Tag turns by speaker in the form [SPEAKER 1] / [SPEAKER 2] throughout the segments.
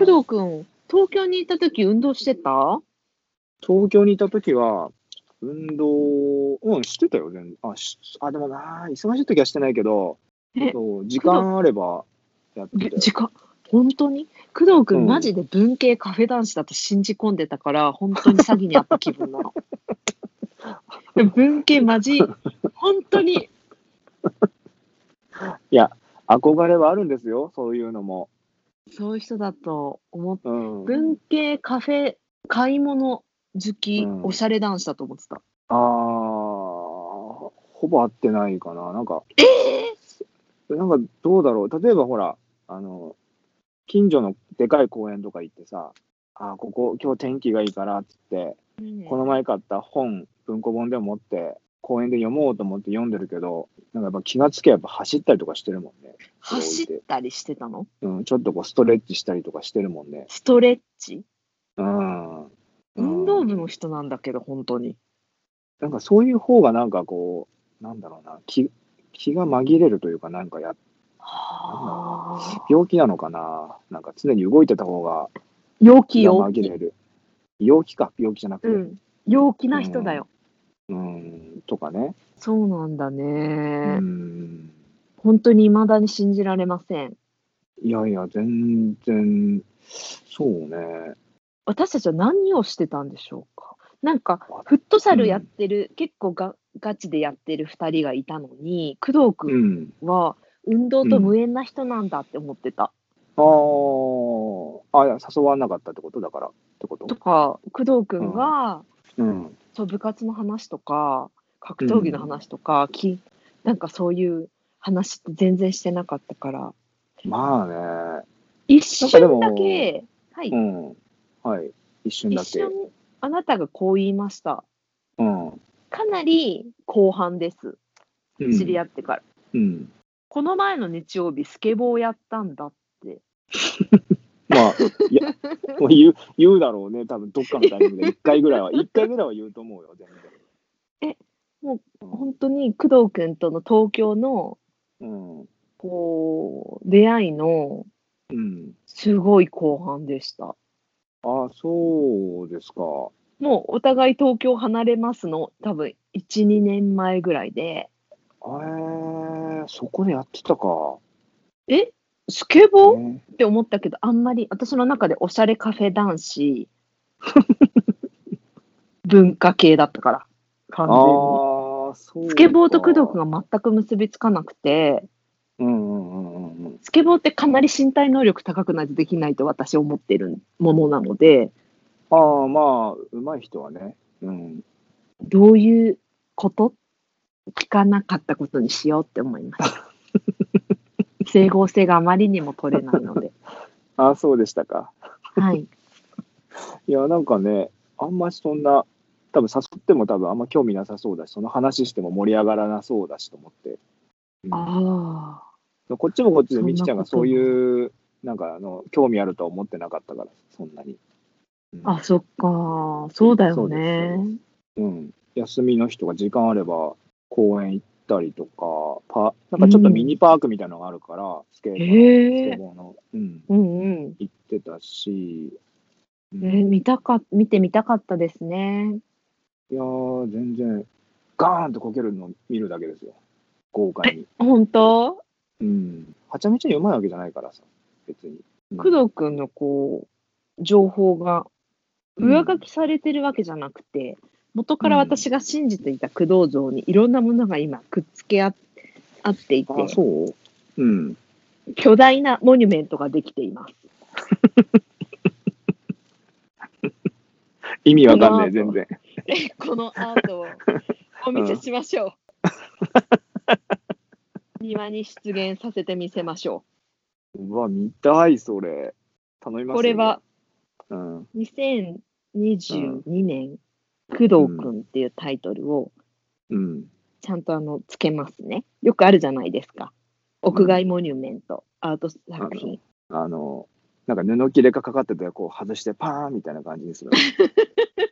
[SPEAKER 1] 工藤くん、東京にいたとき運動してた
[SPEAKER 2] 東京にいた時は、運動、うん、してたよ、全然。あ、しあでもな、忙しい時はしてないけど、
[SPEAKER 1] え
[SPEAKER 2] そう時間あればやってたよ
[SPEAKER 1] 時間、本当に工藤く、
[SPEAKER 2] うんん
[SPEAKER 1] マジで文系カフェ男子だと信じ込んでたから、本当に詐欺にあった気分 なの。文系マジ、本当に、
[SPEAKER 2] いや、憧れはあるんですよ、そういうのも。
[SPEAKER 1] そういう人だと思っ
[SPEAKER 2] うん。
[SPEAKER 1] 文系カフェ、買い物好き、
[SPEAKER 2] うん
[SPEAKER 1] おしゃれ男子だと思ってた。
[SPEAKER 2] あー、ほぼ合ってないかな。なんか、
[SPEAKER 1] え
[SPEAKER 2] なんかどうだろう。例えばほら、あの、近所のでかい公園とか行ってさ、あーここ今日天気がいいからっつって、
[SPEAKER 1] え
[SPEAKER 2] この前買った本、文庫本でも持って、公園で読もうと思って読んでるけど、なんかやっぱ気がつけばやっぱ走ったりとかしてるもんね。
[SPEAKER 1] 走ったりしてたの
[SPEAKER 2] うん、ちょっとこうストレッチしたりとかしてるもんね。
[SPEAKER 1] ストレッチ
[SPEAKER 2] うん。うん
[SPEAKER 1] 運動部の人なんだけど、本当に。
[SPEAKER 2] なんかそういう方がなんかこう、なんだろうな、気気が紛れるというか、なんかや、
[SPEAKER 1] はあ。
[SPEAKER 2] 病気なのかな、なんか常に動いてた方が
[SPEAKER 1] 陽気
[SPEAKER 2] 気が
[SPEAKER 1] 陽
[SPEAKER 2] 紛
[SPEAKER 1] 気。
[SPEAKER 2] れる。陽気か、病気じゃな
[SPEAKER 1] う
[SPEAKER 2] くて。
[SPEAKER 1] ん。陽気な人だよ。
[SPEAKER 2] うん、とかね。
[SPEAKER 1] そうなんだね。
[SPEAKER 2] うん。
[SPEAKER 1] 本当に未だに信じられません。
[SPEAKER 2] いやいや、全然、そうね。
[SPEAKER 1] 私たちは何をしてたんでしょうか。なんか、フットサルやってる、結構がガチでやってる2人がいたのに、工藤
[SPEAKER 2] う
[SPEAKER 1] 君
[SPEAKER 2] ん。
[SPEAKER 1] は運動と無縁な人なんだって思ってた。
[SPEAKER 2] ああ、あ、いや、誘わなかったってことだからってこと
[SPEAKER 1] とか、工藤君は、
[SPEAKER 2] うん。
[SPEAKER 1] そう部活の話とか、格闘技の話とか、きなんかそういう話って全然してなかったから、
[SPEAKER 2] まあね。
[SPEAKER 1] 一
[SPEAKER 2] な
[SPEAKER 1] 瞬
[SPEAKER 2] んか
[SPEAKER 1] だ
[SPEAKER 2] でも
[SPEAKER 1] け、はい、
[SPEAKER 2] うん。はい。一瞬だ
[SPEAKER 1] 一
[SPEAKER 2] け
[SPEAKER 1] 瞬。あなたがこう言いました。
[SPEAKER 2] うん。
[SPEAKER 1] かなり後半です。知り合
[SPEAKER 2] っ
[SPEAKER 1] ってから。
[SPEAKER 2] うん。
[SPEAKER 1] この前の日曜日、スケボーやったんだっ
[SPEAKER 2] まあ、いや、もう言う、言うだろうね、多分どっかのタイミングで、一回ぐ らいは、一回ぐらいは言うと思うよ、全然。
[SPEAKER 1] えもう本当に工藤君との東京の
[SPEAKER 2] うん、うん、
[SPEAKER 1] こう出会いの
[SPEAKER 2] うん。
[SPEAKER 1] すごい後半でした。
[SPEAKER 2] あ、そうですか。
[SPEAKER 1] もうお互い東京離れますの多分1、2年前ぐらいで。
[SPEAKER 2] えー、そこでやってたか。
[SPEAKER 1] えスケボー
[SPEAKER 2] ね
[SPEAKER 1] って思ったけど、あんまり私の中でおしゃれカフェ男子文化系だったから、
[SPEAKER 2] あ
[SPEAKER 1] 完
[SPEAKER 2] あ
[SPEAKER 1] 全に。
[SPEAKER 2] ー、そうか。
[SPEAKER 1] スケボーと工藤くんが全く結びつかなくて、
[SPEAKER 2] うんうんうんうんうん。
[SPEAKER 1] スケボーってかなり身体能力高くないとできないと私思ってるものなので、
[SPEAKER 2] ああ、まあ、上手い人はね。うん。
[SPEAKER 1] どういうこと聞かなかったことにしようって思いました。 整合性があまりにも取れないので。
[SPEAKER 2] あそうでしたか。
[SPEAKER 1] はい。
[SPEAKER 2] いや、なんかね、あんまそんな、多分誘っても多分あんま興味なさそうだし、その話しても盛り上がらなそうだしと思って。う ん
[SPEAKER 1] ああ。
[SPEAKER 2] こっちもこっちで
[SPEAKER 1] そんな
[SPEAKER 2] みきちゃんがそういう、なんかあの、興味あるとは思ってなかったから、そんなに。うん
[SPEAKER 1] あ、そっか。そうだよね。
[SPEAKER 2] うん。休みの日とか時間あれば、公園行ったりとか、パなんかちょっとミニパークみたいなのがあるから、スケートの、ス
[SPEAKER 1] へ
[SPEAKER 2] ケ
[SPEAKER 1] え。
[SPEAKER 2] ボーの、うん、
[SPEAKER 1] うんうん。
[SPEAKER 2] 行ってたし、うん
[SPEAKER 1] えー見たか、見てみたかったですね。
[SPEAKER 2] いやー、全然、ガーンとこけるの見るだけですよ。豪快に。
[SPEAKER 1] 本当
[SPEAKER 2] うん。はちゃめちゃ読まないわけじゃないからさ、別に。うん
[SPEAKER 1] 工藤くんのこう、情報が上書
[SPEAKER 2] き、
[SPEAKER 1] きされてるわけじゃなくて、元から私が信じていた工藤像にいろんなものが今くっつけああっていて、
[SPEAKER 2] あ、そううん。
[SPEAKER 1] 巨大なモニュメントができています。
[SPEAKER 2] 意味わかん
[SPEAKER 1] こ
[SPEAKER 2] ない、
[SPEAKER 1] の
[SPEAKER 2] 全然。
[SPEAKER 1] えこのアー トをお見せしましょう。庭に出現させてみせましょ
[SPEAKER 2] うわ、見たい、それ。頼み
[SPEAKER 1] う。
[SPEAKER 2] ます
[SPEAKER 1] これは、
[SPEAKER 2] うん。
[SPEAKER 1] 2022年、工藤くんっていうタイトルを
[SPEAKER 2] うん。
[SPEAKER 1] ちゃんとあのつけますね。よくあるじゃないですか。屋外モニュメント、アート作品。
[SPEAKER 2] あの、なんか布切れがかかってて、こう外して、パーンみたいな感じにする。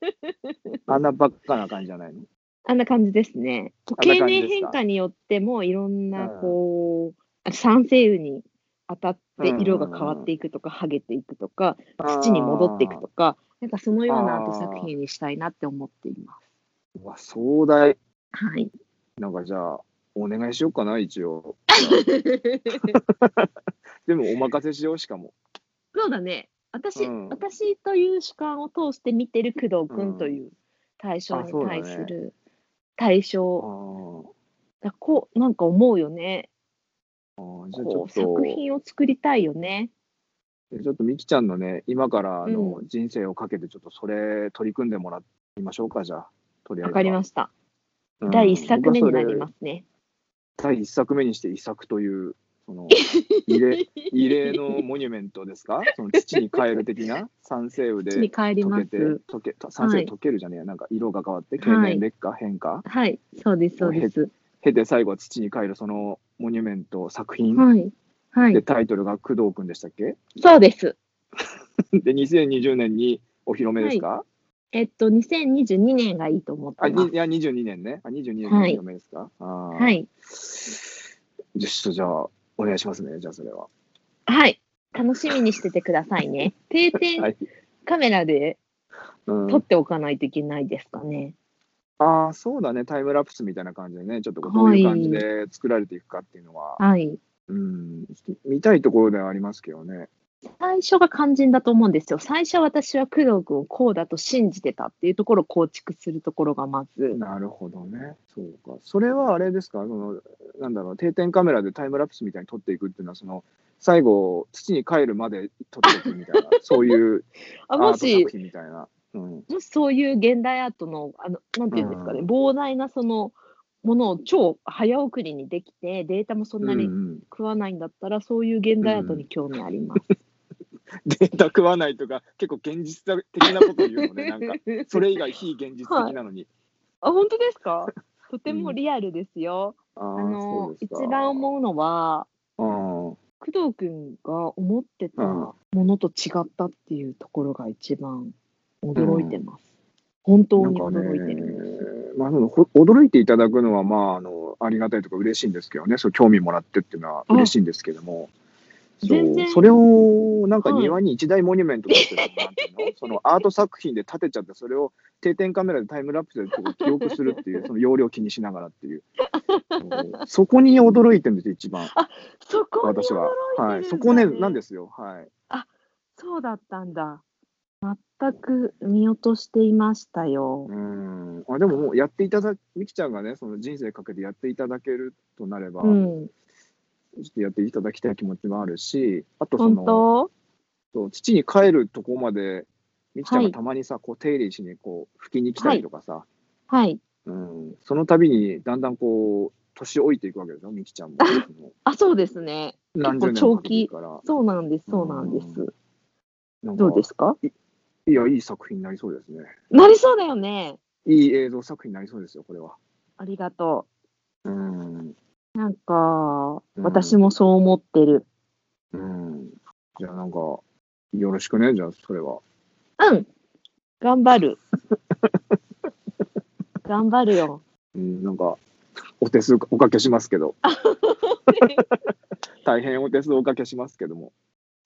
[SPEAKER 2] あんなばっかな感じじゃないの
[SPEAKER 1] あんな感じですね。
[SPEAKER 2] あんな
[SPEAKER 1] 経
[SPEAKER 2] 感じ
[SPEAKER 1] 年
[SPEAKER 2] ですか
[SPEAKER 1] 変化によってもいろんな
[SPEAKER 2] うん
[SPEAKER 1] こう、酸性雨に当たって色が変わっていくとか、剥げていくとか、土に戻っていくとか、なんかそのようなアート作品にしたいなって思っています。
[SPEAKER 2] うわ壮大
[SPEAKER 1] はい。
[SPEAKER 2] なんかじゃあお願いしようかな一応でもお任せしようしかも
[SPEAKER 1] そうだね。私、
[SPEAKER 2] うん
[SPEAKER 1] 私という主観を通して見てる工藤君という対象
[SPEAKER 2] あ
[SPEAKER 1] に
[SPEAKER 2] そうだね
[SPEAKER 1] 対する対
[SPEAKER 2] あ
[SPEAKER 1] 象。
[SPEAKER 2] ー
[SPEAKER 1] だこう、なんか思うよね。
[SPEAKER 2] あーじゃあちょ
[SPEAKER 1] こ
[SPEAKER 2] っ
[SPEAKER 1] う、
[SPEAKER 2] と
[SPEAKER 1] 作品を作りたいよね。
[SPEAKER 2] ちょっとみきちゃんのね、今からの
[SPEAKER 1] う
[SPEAKER 2] 人生をかけて、ちょっとそれ取り組んでもらいましょうか、じゃあ、とりあえ
[SPEAKER 1] わ
[SPEAKER 2] ずは。
[SPEAKER 1] かりました。
[SPEAKER 2] うん
[SPEAKER 1] 第一作目になり
[SPEAKER 2] 僕
[SPEAKER 1] ま
[SPEAKER 2] は
[SPEAKER 1] すね。
[SPEAKER 2] それ第一作目にして遺作という、その異例異例のモニュメントですか、その土に変える 的な酸性雨
[SPEAKER 1] 地に
[SPEAKER 2] で
[SPEAKER 1] 帰り
[SPEAKER 2] 溶
[SPEAKER 1] ま
[SPEAKER 2] けて、
[SPEAKER 1] す。
[SPEAKER 2] 溶け酸性雨溶けるじゃねえや、なんか色が変わって、経年劣化、変化、
[SPEAKER 1] はい、そうです、そうです。
[SPEAKER 2] 経て最後は土に変える、そのモニュメント、作品、
[SPEAKER 1] はい。は
[SPEAKER 2] で
[SPEAKER 1] い。
[SPEAKER 2] タイトルが工藤君でしたっけ
[SPEAKER 1] そうです。
[SPEAKER 2] で、2020年にお披露目ですか、
[SPEAKER 1] えっと、2022年がいいと思っ
[SPEAKER 2] あ、
[SPEAKER 1] てま
[SPEAKER 2] に
[SPEAKER 1] す
[SPEAKER 2] い。や、22年ね。あ、22年
[SPEAKER 1] は
[SPEAKER 2] の
[SPEAKER 1] い
[SPEAKER 2] 嫁ですか、は
[SPEAKER 1] は。い。
[SPEAKER 2] じゃ、ちょっとじゃあ、お願いしますね。じゃあ、それは。
[SPEAKER 1] はい。楽しみにしててください ね。定
[SPEAKER 2] は
[SPEAKER 1] 点
[SPEAKER 2] い。
[SPEAKER 1] カメラで
[SPEAKER 2] うん
[SPEAKER 1] 撮っておかないといけないですかね。
[SPEAKER 2] ああ、そうだね。タイムラプスみたいな感じでね、ちょっとこうどういう感じで作られていくかっていうのは、
[SPEAKER 1] はい。
[SPEAKER 2] うん、ちょっと見たいところではありますけどね。
[SPEAKER 1] 最初が肝心だと思うんですよ。最初私は工藤君をこうだと信じてたっていうところを構築するところがまず。
[SPEAKER 2] なるほどね。そうか。それはあれですかその、なんだろう、定点カメラでタイムラプスみたいに撮っていくっていうのは、その、最後、土に帰るまで撮っていくみ たいな、そういうア
[SPEAKER 1] あ
[SPEAKER 2] ー
[SPEAKER 1] も
[SPEAKER 2] ト
[SPEAKER 1] し
[SPEAKER 2] 作、品みたいな。うん。
[SPEAKER 1] もしそういう現代アートの、あの、なんていうんですかね、
[SPEAKER 2] うん
[SPEAKER 1] 膨大なそのものを超早送りにできて、データもそんなに
[SPEAKER 2] うんうん
[SPEAKER 1] 食わないんだったら、そういう現代アートに興味あります。
[SPEAKER 2] データ食わないとか結構現実的なことを言う のねなんかそれ以外非現実的なのに、
[SPEAKER 1] あ、本当ですかとてもリアルですよ。
[SPEAKER 2] あ
[SPEAKER 1] あ
[SPEAKER 2] ー
[SPEAKER 1] の、一
[SPEAKER 2] か
[SPEAKER 1] 番思うのは、
[SPEAKER 2] うん
[SPEAKER 1] 工藤君が思ってた
[SPEAKER 2] うん
[SPEAKER 1] ものと違ったっていうところが一番驚いてます。本当に
[SPEAKER 2] なんか
[SPEAKER 1] 驚いてるんです。
[SPEAKER 2] ねまあ、そのほ驚いていただくのは、まあ、あのありがたいとか嬉しいんですけどねそう興味もらってっていうのは嬉しいんですけどもそ
[SPEAKER 1] 全
[SPEAKER 2] う
[SPEAKER 1] 然
[SPEAKER 2] それをなんか
[SPEAKER 1] はい
[SPEAKER 2] 庭に一大モニュメントとして、なんていうの そのアート作品で建てちゃってそれを定点カメラでタイムラプスでこう記憶するっていうその容量気にしながらっていうそうそこに驚いてるんですよ一番。
[SPEAKER 1] そこに驚いて
[SPEAKER 2] 私
[SPEAKER 1] るんだ、
[SPEAKER 2] は。
[SPEAKER 1] ね、
[SPEAKER 2] はい。そこね、なんですよ。はい。
[SPEAKER 1] そうだったんだ。全く見落としていましたよ
[SPEAKER 2] う。ん。あ、でももうやっていただ、みきちゃんがね、その人生かけてやっていただけるとなれば、
[SPEAKER 1] うん、
[SPEAKER 2] ちょっとやっていただきたい気持ちもあるし、あとそ
[SPEAKER 1] 本
[SPEAKER 2] の、
[SPEAKER 1] 当
[SPEAKER 2] そう土に帰るとこまで、みきちゃん
[SPEAKER 1] は
[SPEAKER 2] が
[SPEAKER 1] い
[SPEAKER 2] たまにさ、こう手入れしにこう拭きに来たりとかさ、
[SPEAKER 1] はい。
[SPEAKER 2] うん。その度にだんだんこう、年老いていくわけでしょ、みき ちゃんも。その
[SPEAKER 1] あ、そうですね。
[SPEAKER 2] 何十年もかけていくから。
[SPEAKER 1] そうなんです、そうなんです。
[SPEAKER 2] なんか
[SPEAKER 1] どうですか
[SPEAKER 2] いや、いい作品になりそうですね。
[SPEAKER 1] なりそうだよね。
[SPEAKER 2] いい映像作品になりそうですよ、これは。
[SPEAKER 1] ありがと
[SPEAKER 2] うん。
[SPEAKER 1] う。なんか、
[SPEAKER 2] うん
[SPEAKER 1] 私もそう思ってる。
[SPEAKER 2] うん。じゃあなんか、よろしくね、じゃあそれは。
[SPEAKER 1] うん。頑張 る。頑張るよ。
[SPEAKER 2] うん、なんか、お手数おかけしますけど、大変お手数おかけしますけども。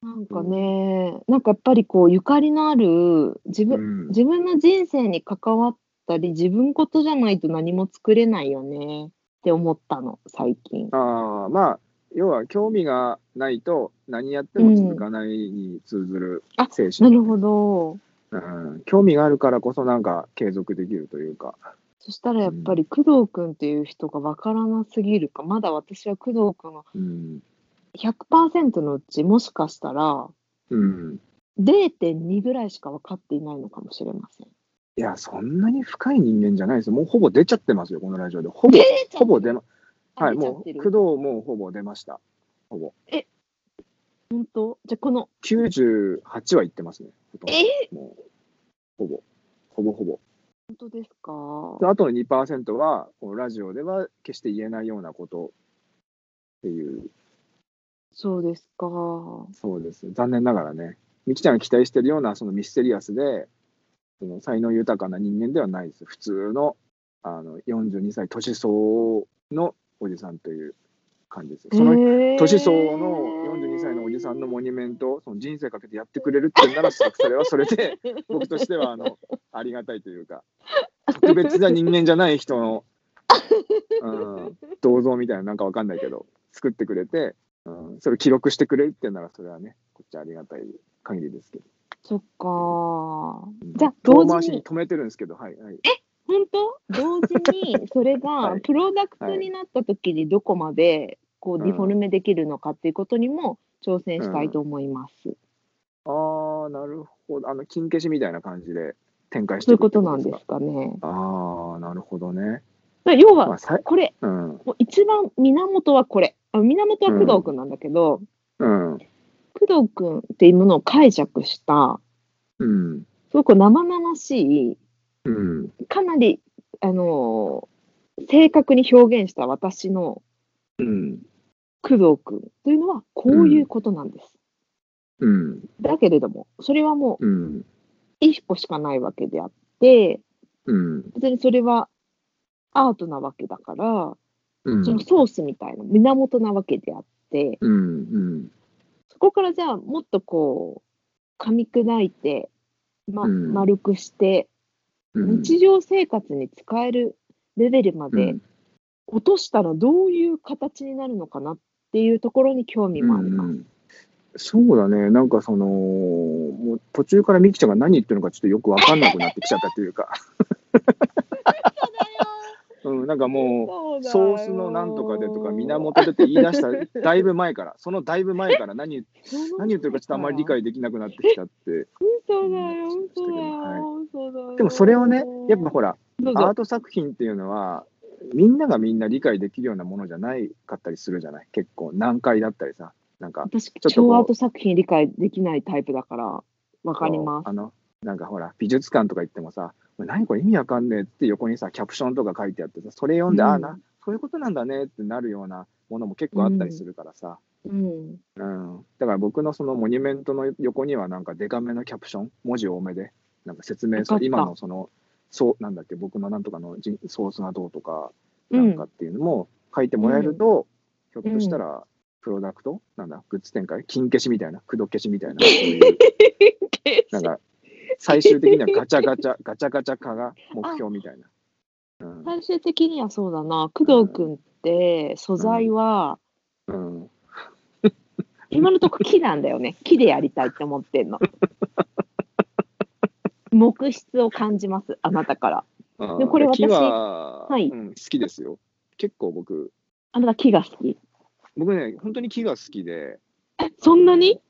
[SPEAKER 1] なんかね、なんかやっぱりこう、ゆかりのある、自
[SPEAKER 2] う
[SPEAKER 1] 分、
[SPEAKER 2] ん。
[SPEAKER 1] 自分の人生に関わったり、自分ことじゃないと何も作れないよね。って思ったの、最近。
[SPEAKER 2] ああ、まあ、要は興味がないと何やっても続かないに通ずる
[SPEAKER 1] あ
[SPEAKER 2] 精
[SPEAKER 1] な
[SPEAKER 2] 神、
[SPEAKER 1] るほど。
[SPEAKER 2] うん。興味があるからこそなんか継続できるというか。
[SPEAKER 1] そしたらやっぱり工藤君っていう人がわからなすぎるか、まだ私は工藤君の
[SPEAKER 2] うん。
[SPEAKER 1] 100%のうちもしかしたら
[SPEAKER 2] うん。
[SPEAKER 1] 0.2ぐらいしか分かっていないのかもしれません。
[SPEAKER 2] いや、そんなに深い人間じゃないですよ。もうほぼ出ちゃってますよ、このラジオで。ほぼ
[SPEAKER 1] 出、
[SPEAKER 2] ほぼ出ま、はい、
[SPEAKER 1] 出ちゃ
[SPEAKER 2] も
[SPEAKER 1] って
[SPEAKER 2] う、
[SPEAKER 1] る
[SPEAKER 2] 工藤もうほぼ出ました。ほぼ。
[SPEAKER 1] 本当じゃあこの
[SPEAKER 2] 98は行ってますね。ほとんど
[SPEAKER 1] え
[SPEAKER 2] もうほぼ、ほぼほぼ。
[SPEAKER 1] 本当ですか
[SPEAKER 2] であとの2%は、こうラジオでは決して言えないようなことっていう、
[SPEAKER 1] そうですか。
[SPEAKER 2] そうです。残念ながらね、みきちゃんが期待してるようなそのミステリアスで、その才能豊かな人間ではないです。普通のあの42歳年相応のおじさんという感じですよ。その
[SPEAKER 1] へー
[SPEAKER 2] 年相応の42歳のおじさんのモニュメントをその人生かけてやってくれるってならすごくそれはそれ で僕としてはあのありがたいというか特別な人間じゃない 人の、うん、銅像みたいななんかわかんないけど作ってくれて、うん、それを記録してくれるってならそれはねこっちはありがたい限りですけど、
[SPEAKER 1] そっかー
[SPEAKER 2] うん
[SPEAKER 1] じゃあ同
[SPEAKER 2] 遠
[SPEAKER 1] 時
[SPEAKER 2] 回し
[SPEAKER 1] に
[SPEAKER 2] に止めてるんですけどはいはい
[SPEAKER 1] 本当同時 にそれが
[SPEAKER 2] はい
[SPEAKER 1] プロダクトになった時にどこまでこう
[SPEAKER 2] うん
[SPEAKER 1] ディフォルメできるのかっていうことにも挑戦したいと思います。
[SPEAKER 2] あーなるほどあの金消しみたいな感じで展開し
[SPEAKER 1] そ
[SPEAKER 2] て
[SPEAKER 1] うい
[SPEAKER 2] いうく
[SPEAKER 1] こ
[SPEAKER 2] って
[SPEAKER 1] と
[SPEAKER 2] こ
[SPEAKER 1] なん
[SPEAKER 2] とです
[SPEAKER 1] で
[SPEAKER 2] か
[SPEAKER 1] すかね。
[SPEAKER 2] ああなるほどね、
[SPEAKER 1] だから要
[SPEAKER 2] ま
[SPEAKER 1] は
[SPEAKER 2] あさい
[SPEAKER 1] これ
[SPEAKER 2] うん
[SPEAKER 1] もう一番源はこれあ源は工藤君なんだけど、
[SPEAKER 2] うん
[SPEAKER 1] 工藤君っていうものを解釈した
[SPEAKER 2] うん
[SPEAKER 1] すごく生々しい
[SPEAKER 2] うん
[SPEAKER 1] かなり、あのー正確に表現した私の
[SPEAKER 2] うん
[SPEAKER 1] 工藤君というのはこういうことなんです。
[SPEAKER 2] うん
[SPEAKER 1] だけれどもそれはもう
[SPEAKER 2] うん
[SPEAKER 1] 一歩しかないわけであって
[SPEAKER 2] うん
[SPEAKER 1] 別にそれはアートなわけだから、
[SPEAKER 2] うん
[SPEAKER 1] そのソースみたいな源なわけであって
[SPEAKER 2] うん
[SPEAKER 1] そこからじゃあもっとこう噛み砕いて、ま
[SPEAKER 2] うん
[SPEAKER 1] 丸くして
[SPEAKER 2] うん
[SPEAKER 1] 日常生活に使えるレベルま
[SPEAKER 2] う
[SPEAKER 1] で
[SPEAKER 2] ん
[SPEAKER 1] 落としたらどういう形になるのかなっていうところに興味もあります。
[SPEAKER 2] うんそうだねなんかそのもう途中からミキちゃんが何言ってるのかちょっとよくわかんなくなってきちゃったというかうんなんかもうソースのなんとかでとか源でって言い出しただいぶ前からそのだいぶ前から何言って何言ってるかちょっとあんまり理解できなくなってきちゃって
[SPEAKER 1] そうだよ、そうだ
[SPEAKER 2] はい
[SPEAKER 1] よ、そうだよ。
[SPEAKER 2] でもそれをねやっぱほら
[SPEAKER 1] どう
[SPEAKER 2] アー
[SPEAKER 1] ぞ。
[SPEAKER 2] ト作品っていうのはみんながみんな理解できるようなものじゃないかったりするじゃない結構難解だったりさなんか
[SPEAKER 1] 私、
[SPEAKER 2] とこう
[SPEAKER 1] 超アート作品理解できないタイプだから、わかります。
[SPEAKER 2] あのなんかほら美術館とか行ってもさ「何これ意味わかんねえ」って横にさキャプションとか書いてあってさそれ読んで、
[SPEAKER 1] うん
[SPEAKER 2] ああなそういうことなんだねってなるようなものも結構あったりするからさ、
[SPEAKER 1] うん。
[SPEAKER 2] うんだから僕のそのモニュメントの横にはなんかデカめのキャプション文字多めでなんか説
[SPEAKER 1] わ
[SPEAKER 2] 明
[SPEAKER 1] か
[SPEAKER 2] さ
[SPEAKER 1] った
[SPEAKER 2] 今のそのそうなんだっけ僕のなんとかの人ソースがどうとか
[SPEAKER 1] う
[SPEAKER 2] なん
[SPEAKER 1] ん
[SPEAKER 2] かっていうのも書いてもらえると、ひょっとしたらプロダクトなんだグッズ展開金消しみたいな工藤消しみた いなそういうなんか最終的にはガチャガチャガチャガチャ化が目標みたいな。うん
[SPEAKER 1] 最終的にはそうだな、工藤君って素材は、
[SPEAKER 2] うん、
[SPEAKER 1] 今のとこ木なんだよね。 木でやりたいって思ってん の。木質を感じます、あなたから。でもこれ私
[SPEAKER 2] 木は、
[SPEAKER 1] はい
[SPEAKER 2] うん、好きですよ。結構僕
[SPEAKER 1] あなた木が好き。
[SPEAKER 2] 僕ね本当に木が好きで
[SPEAKER 1] え、そんなに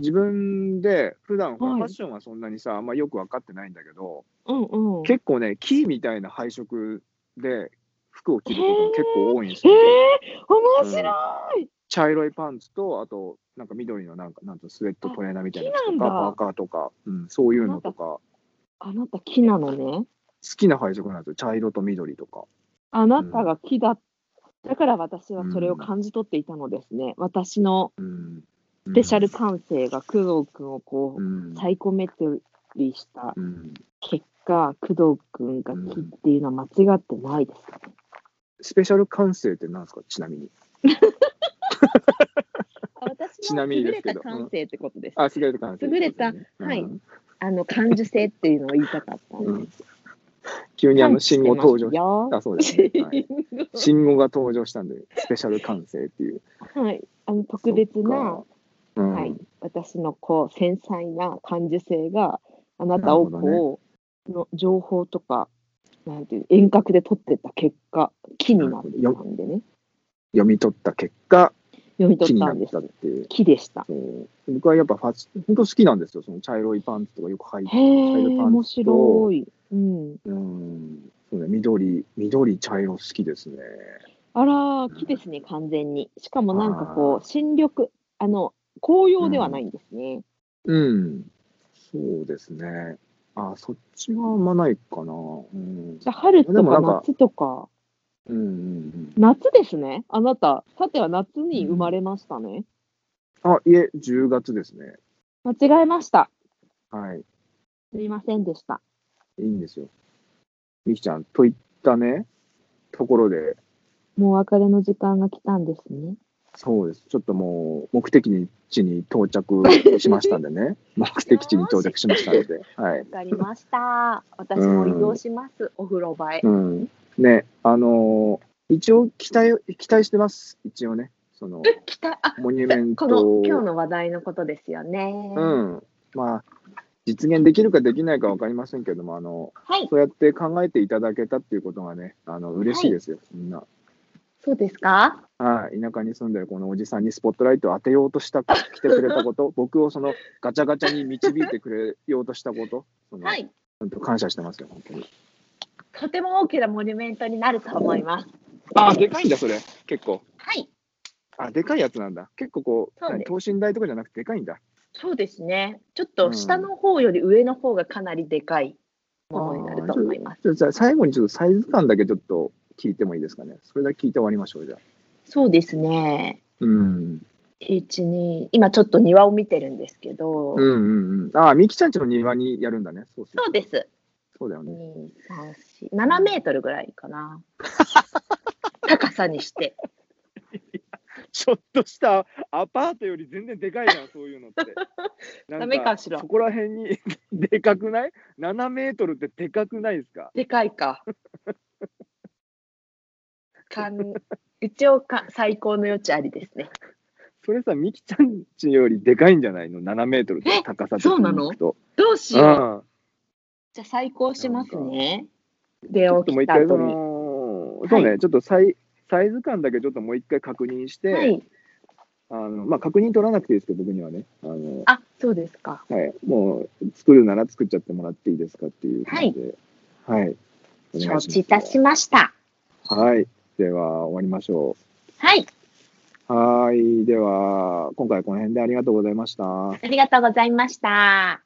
[SPEAKER 2] 自分で普段ほら
[SPEAKER 1] はい
[SPEAKER 2] ファッションはそんなにさ、あんまよく分かってないんだけど
[SPEAKER 1] うんうん。
[SPEAKER 2] 結構ね木みたいな配色で服を着ることも結構多いんです
[SPEAKER 1] え
[SPEAKER 2] よ。
[SPEAKER 1] ー、面白い、
[SPEAKER 2] 茶色いパンツと、あと、なんか緑のなんか、なんとスウェットトレーナーみたいなやつ
[SPEAKER 1] あ木
[SPEAKER 2] と
[SPEAKER 1] なん
[SPEAKER 2] か、
[SPEAKER 1] だ
[SPEAKER 2] パーカーとか、うん、そういうのとか、好
[SPEAKER 1] あなた木なのね。
[SPEAKER 2] きな配色なんですよ。茶色と緑とか。
[SPEAKER 1] あなたが木だ、だから私はそれを感じ取っていたのですね。私の
[SPEAKER 2] うん。
[SPEAKER 1] スペシャル感性が工藤君をこ
[SPEAKER 2] う
[SPEAKER 1] う、
[SPEAKER 2] ん。
[SPEAKER 1] サイコメトリーした
[SPEAKER 2] うん、
[SPEAKER 1] 結果、工藤君が木っていうのは間違ってないですね。
[SPEAKER 2] スペシャル感性ってなんですかちなみに。
[SPEAKER 1] 私
[SPEAKER 2] ちなみにですけど
[SPEAKER 1] 優れた感性ってことです。
[SPEAKER 2] あ、優れた感性、
[SPEAKER 1] 優れた
[SPEAKER 2] そうですね
[SPEAKER 1] はい
[SPEAKER 2] うん
[SPEAKER 1] あの感受性っていうのを言いたかった
[SPEAKER 2] うんん
[SPEAKER 1] です。
[SPEAKER 2] 急にあの
[SPEAKER 1] 感知して
[SPEAKER 2] 信
[SPEAKER 1] ます
[SPEAKER 2] 号登場し
[SPEAKER 1] よ
[SPEAKER 2] あ、そうですね。はい、
[SPEAKER 1] は
[SPEAKER 2] 信号が登場したんで、スペシャル感性っていう。
[SPEAKER 1] い、あの特別な
[SPEAKER 2] そっか、うん、
[SPEAKER 1] はい、私のこう繊細な感受性があなたを
[SPEAKER 2] なるほどね
[SPEAKER 1] こう、の情報とかなんていう遠隔で取ってった結果木になってたんでね
[SPEAKER 2] 読み取った結果、
[SPEAKER 1] 読み
[SPEAKER 2] 木
[SPEAKER 1] 取っ
[SPEAKER 2] に
[SPEAKER 1] た
[SPEAKER 2] なんっ
[SPEAKER 1] です
[SPEAKER 2] たっていう。
[SPEAKER 1] 木でした
[SPEAKER 2] そう僕はやっぱファッシ本当好きなんですよ。その茶色いパンツとかよく履いて
[SPEAKER 1] へえ面白い、うん、
[SPEAKER 2] うんそうね、緑、緑、茶色好きですね。
[SPEAKER 1] あら木ですね完全にしかもなんかこ
[SPEAKER 2] あー
[SPEAKER 1] う新緑あの紅葉ではないんですね、
[SPEAKER 2] うん。そうですね。あ、そっちはあんまないかな。うん。
[SPEAKER 1] じゃあ春と
[SPEAKER 2] でもな
[SPEAKER 1] か
[SPEAKER 2] んか
[SPEAKER 1] 夏とか
[SPEAKER 2] うんうん
[SPEAKER 1] 夏ですねあなたさては夏に生まれましたね、
[SPEAKER 2] うん、あ、いえ、10月ですね。
[SPEAKER 1] 間違えました
[SPEAKER 2] はい。
[SPEAKER 1] すいませんでした
[SPEAKER 2] いいんですよ。みきちゃん、といったね、ところで、
[SPEAKER 1] もうお別れの時間が来たんですね。
[SPEAKER 2] そうです。ちょっともう、目的地に到着しましたん でね。目的地に到着しましたんで。はい。
[SPEAKER 1] かりました。私も移動します。お風呂場へ
[SPEAKER 2] う。ん。ね、あのー一応期待、期待してます。一応ね。その、
[SPEAKER 1] 期待、あ、
[SPEAKER 2] モニュメン
[SPEAKER 1] こ
[SPEAKER 2] ト
[SPEAKER 1] の
[SPEAKER 2] を。
[SPEAKER 1] 今日の話題のことですよね。
[SPEAKER 2] うん。まあ、実現できるかできないかわかりませんけども、あの、
[SPEAKER 1] はい、
[SPEAKER 2] そうやって考えていただけたっていうことがね、あの、嬉しいですよ、みんな。
[SPEAKER 1] そうですか。
[SPEAKER 2] はい、田舎に住んでるこのおじさんにスポットライトを当てようとした、来てくれたこと、 僕をそのガチャガチャに導いてくれようとしたこと、その
[SPEAKER 1] はい、
[SPEAKER 2] 本当感謝してますよ、本当に。
[SPEAKER 1] とても大きなモニュメントになると思います。
[SPEAKER 2] あ、でかいんだ、それ、結構。
[SPEAKER 1] はい、
[SPEAKER 2] あ、でかいやつなんだ。結構こう、
[SPEAKER 1] そう
[SPEAKER 2] 何
[SPEAKER 1] です
[SPEAKER 2] 等身大とかじゃなくてでかいんだ。
[SPEAKER 1] そうですね。ちょっと下の方より上の方がかなりでかいものになると思います。
[SPEAKER 2] じゃあじゃあ最後にちょっとサイズ感だけちょっと聞いてもいいですかね。それだけ聞いて終わりましょう、じゃあ。
[SPEAKER 1] そうですね。
[SPEAKER 2] うん。
[SPEAKER 1] 一二今ちょっと庭を見てるんですけど、
[SPEAKER 2] うんうんうん。あ、みきちゃんちの庭にやるんだね。そうそう
[SPEAKER 1] そうです。
[SPEAKER 2] そうだよね。
[SPEAKER 1] 二三四七メートルぐらいか な。高さにして。
[SPEAKER 2] ちょっとしたアパートより全然で かいじゃん、そういうのって。なん
[SPEAKER 1] ダメかしら
[SPEAKER 2] そこら辺に でかくない ?7 メートルってでかくないですか
[SPEAKER 1] でかい か。かん一応か最高の余地ありですね。
[SPEAKER 2] それさ、みきちゃんちよりでかいんじゃないの ?7 メートルって
[SPEAKER 1] え
[SPEAKER 2] 高さ的
[SPEAKER 1] そうな
[SPEAKER 2] に
[SPEAKER 1] の
[SPEAKER 2] 行くと。
[SPEAKER 1] どうし
[SPEAKER 2] う
[SPEAKER 1] よう。
[SPEAKER 2] ん。
[SPEAKER 1] じゃあ最高しますね。
[SPEAKER 2] ち
[SPEAKER 1] で
[SPEAKER 2] ょっと
[SPEAKER 1] 起
[SPEAKER 2] もう
[SPEAKER 1] き
[SPEAKER 2] 一
[SPEAKER 1] た
[SPEAKER 2] 回そ
[SPEAKER 1] 後に。
[SPEAKER 2] の、
[SPEAKER 1] い
[SPEAKER 2] そうね、ちょっとサイサイズ感だけちょっともう一回確認して、
[SPEAKER 1] はい。
[SPEAKER 2] あのまあ、確認取らなくていいですけど、僕にはね。あの
[SPEAKER 1] あ、そうですか。
[SPEAKER 2] はい、もう作るなら作っちゃってもらっていいですかっていう感じで、はい、お願いしま
[SPEAKER 1] 承
[SPEAKER 2] す
[SPEAKER 1] 知いたしました。
[SPEAKER 2] はい、では終わりましょ
[SPEAKER 1] はい。
[SPEAKER 2] う。はい、では今回この辺でありがとうございました。
[SPEAKER 1] ありがとうございました。